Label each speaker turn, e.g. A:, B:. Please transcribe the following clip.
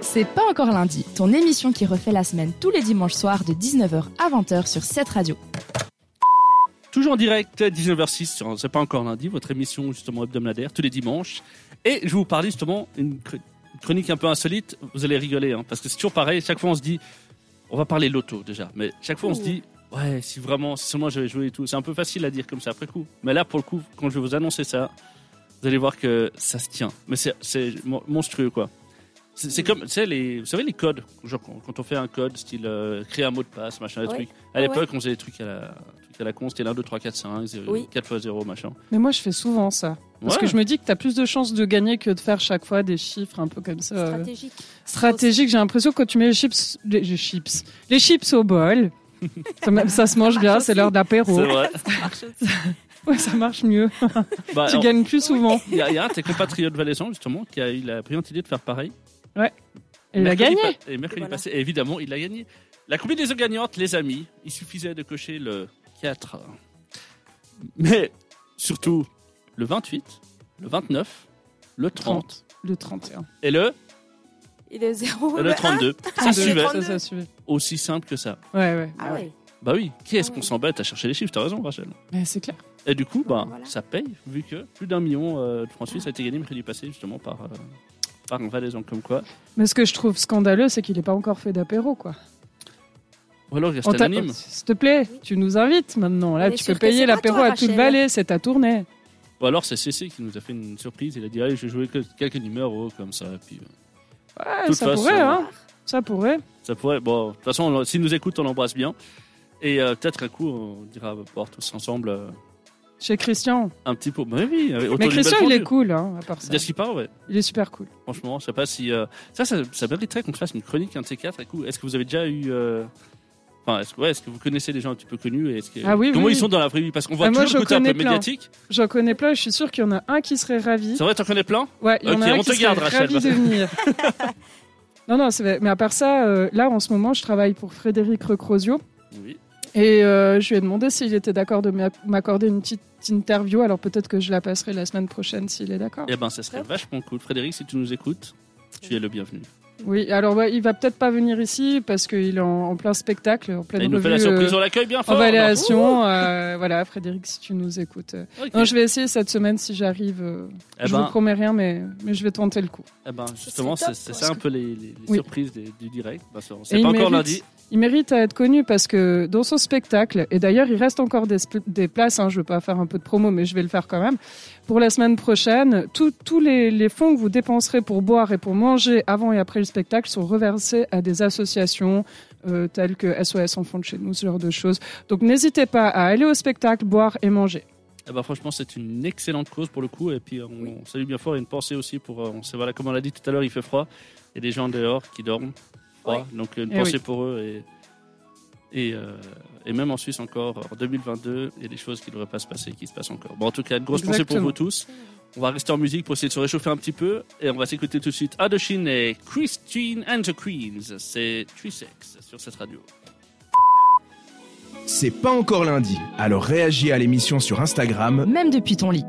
A: C'est pas encore lundi, ton émission qui refait la semaine tous les dimanches soirs de 19h à 20h sur cette radio.
B: Toujours en direct, 19h06, sur C'est pas encore lundi, votre émission justement hebdomadaire, tous les dimanches. Et je vais vous parler justement une cr- une chronique un peu insolite, vous allez rigoler, hein, parce que c'est toujours pareil, chaque fois on se dit, on va parler loto déjà, mais chaque fois on se
C: Ouh.
B: dit, ouais, si vraiment, si seulement j'avais joué et tout, c'est un peu facile à dire comme ça après coup. Mais là, pour le coup, quand je vais vous annoncer ça, vous allez voir que ça se tient. Mais c'est- c'est mon- monstrueux, quoi. C'est c'est comme, tu sais, les, vous savez, les codes. Genre, quand, quand on fait un code, style euh, créer un mot de passe, machin, des
C: Ouais.
B: trucs. À l'époque, on faisait des trucs à la, trucs à la con, c'était 1, 2, 3, 4, 5, 0,
C: Oui.
B: 4 x 0, machin.
D: Mais moi, je fais souvent ça. Parce
B: Ouais.
D: que je me dis que t'as plus de chances de gagner que de faire chaque fois des chiffres un peu comme ça. euh,
C: Stratégique.
D: stratégiques. J'ai l'impression que quand tu mets les chips, les, les chips, les chips au bol, ça, me- ça se mange bien, c'est l'heure d'apéro.
B: C'est vrai.
D: Ouais, ça marche mieux.
B: Bah,
D: tu
B: alors,
D: gagnes plus souvent.
B: Il y, a il y a un de tes compatriotes valaisans, justement, qui a eu la brillante idée de faire pareil.
D: Et il a
B: Mercredi
D: gagné.
B: pa- Et mercredi
C: Et voilà.
B: passé, et évidemment, il a gagné. La combinaison gagnante, les amis, il suffisait de cocher le 4. Mais surtout, le 28, le 29, le 30,
D: 30. Le 31.
B: et le,
C: Et le 0.
B: et le 32. Ça
D: 32,
B: suivait.
D: Ça, ça suivait.
B: Aussi simple que ça.
D: Ouais, ouais.
C: Ah ouais.
B: Bah oui, qui est-ce qu'on s'embête à chercher les chiffres T'as raison, Rachel.
D: Mais c'est clair.
B: Et du coup, bah,
C: Voilà.
B: ça paye, vu que plus d'un million euh, de francs suisses a été gagné mercredi passé, justement, par, euh, par un valaisan comme quoi.
D: Mais ce que je trouve scandaleux, c'est qu'il n'est pas encore fait d'apéro, quoi.
B: Ou alors, il
D: On
B: reste
D: t'a-
B: anonyme.
D: S'il te plaît, tu nous invites maintenant. Là,
C: On est
D: tu
C: sûr
D: peux
C: que
D: payer
C: c'est pas
D: l'apéro
C: toi,
D: à toute
C: Rachel.
D: vallée, c'est ta tournée.
B: Ou alors, c'est CC qui nous a fait une surprise. Il a dit, allez, je vais jouer que quelques numéros comme ça. Et puis, euh,
D: Ouais,
B: Toute
D: ça
B: façon.
D: pourrait, hein. Ça pourrait.
B: Ça pourrait. Bon, de toute façon, on- s'il nous écoute, on l'embrasse bien. Et euh, peut-être un coup, on dira bon, tous ensemble euh,
D: Chez Christian.
B: un petit peu. Mais oui, euh, autour
D: Mais
B: d'une
D: Christian,
B: belle
D: il est
B: fondue.
D: cool, hein, à part
B: C'est
D: ça.
B: bien ce qu'il parle, ouais.
D: Il est super cool.
B: Franchement, je sais pas si. euh, Ça, ça, ça mériterait qu'on se fasse une chronique, un de ces quatre. à coup, est-ce que vous avez déjà eu. euh, Enfin, est-ce, ouais, est-ce que vous connaissez des gens un petit peu connus et est-ce que...
D: Ah oui,
B: Comment
D: oui.
B: ils sont dans la vraie vie Parce qu'on voit
D: Ah, moi,
B: toujours le
D: je
B: côté un peu
D: connais plein.
B: médiatique.
D: J'en connais plein, je suis sûre qu'il y en a un qui serait ravi.
B: C'est vrai, t'en connais plein
D: Ouais, il y en
B: Ok,
D: a un
B: on
D: qui
B: te
D: serait
B: garde, Rachel,
D: ravi
B: parce
D: de venir. non, non, c'est vrai. Mais à part ça, euh, là, en ce moment, je travaille pour Frédéric Recrosio.
B: Oui.
D: Et euh, je lui ai demandé s'il était d'accord de m'a- m'accorder une petite interview. Alors peut-être que je la passerai la semaine prochaine s'il est d'accord.
B: Eh ben, ça serait
C: Hop.
B: vachement cool. Frédéric, si tu nous écoutes, tu es le bienvenu.
D: Oui, alors ouais, il va peut-être pas venir ici parce qu'il est en, en plein spectacle, en
B: Et
D: pleine
B: il nous fait
D: revue.
B: la
D: euh,
B: surprise, hein. on l'accueille bien
D: en
B: fort.
D: Valais à
B: alors.
D: Sion. Euh, voilà, Frédéric, si tu nous écoutes. euh.
B: Ok.
D: Non, je vais essayer cette semaine si j'arrive. euh,
B: Eh
D: je
B: ben,
D: vous promets rien, mais, mais je vais tenter le coup.
B: Eh ben, justement,
C: serait
B: c'est
C: top,
B: c'est
C: quoi.
B: ça un peu les, les- les
D: Oui.
B: surprises des- du direct. Bah, ça,
D: Et
B: c'est
D: il
B: pas encore
D: mérite-
B: lundi.
D: Il mérite à être connu parce que dans son spectacle, et d'ailleurs il reste encore des, sp- des places, hein, je ne veux pas faire un peu de promo, mais je vais le faire quand même, pour la semaine prochaine, tous tous les, les fonds que vous dépenserez pour boire et pour manger avant et après le spectacle sont reversés à des associations euh, telles que SOS Enfants de chez nous, ce genre de choses. Donc n'hésitez pas à aller au spectacle, boire et manger.
B: Eh ben, franchement, c'est une excellente cause pour le coup. Et puis, on, on salue bien fort et une pensée aussi pour. euh, on sait, voilà, comme on l'a dit tout à l'heure, il fait froid. Il y a des gens dehors qui dorment. froid. Donc, une
D: Eh
B: pensée
D: oui.
B: pour eux. Et, et, euh, et même en Suisse encore, en 2022, il y a des choses qui ne devraient pas se passer et qui se passent encore. Bon, en tout cas, une grosse pensée pour
D: Exactement.
B: vous tous. On va rester en musique pour essayer de se réchauffer un petit peu. Et on va s'écouter tout de suite Adoshin et Christine and the Queens. C'est Trisex sur cette radio.
E: C'est pas encore lundi, alors réagis à l'émission sur Instagram
A: Même depuis ton lit.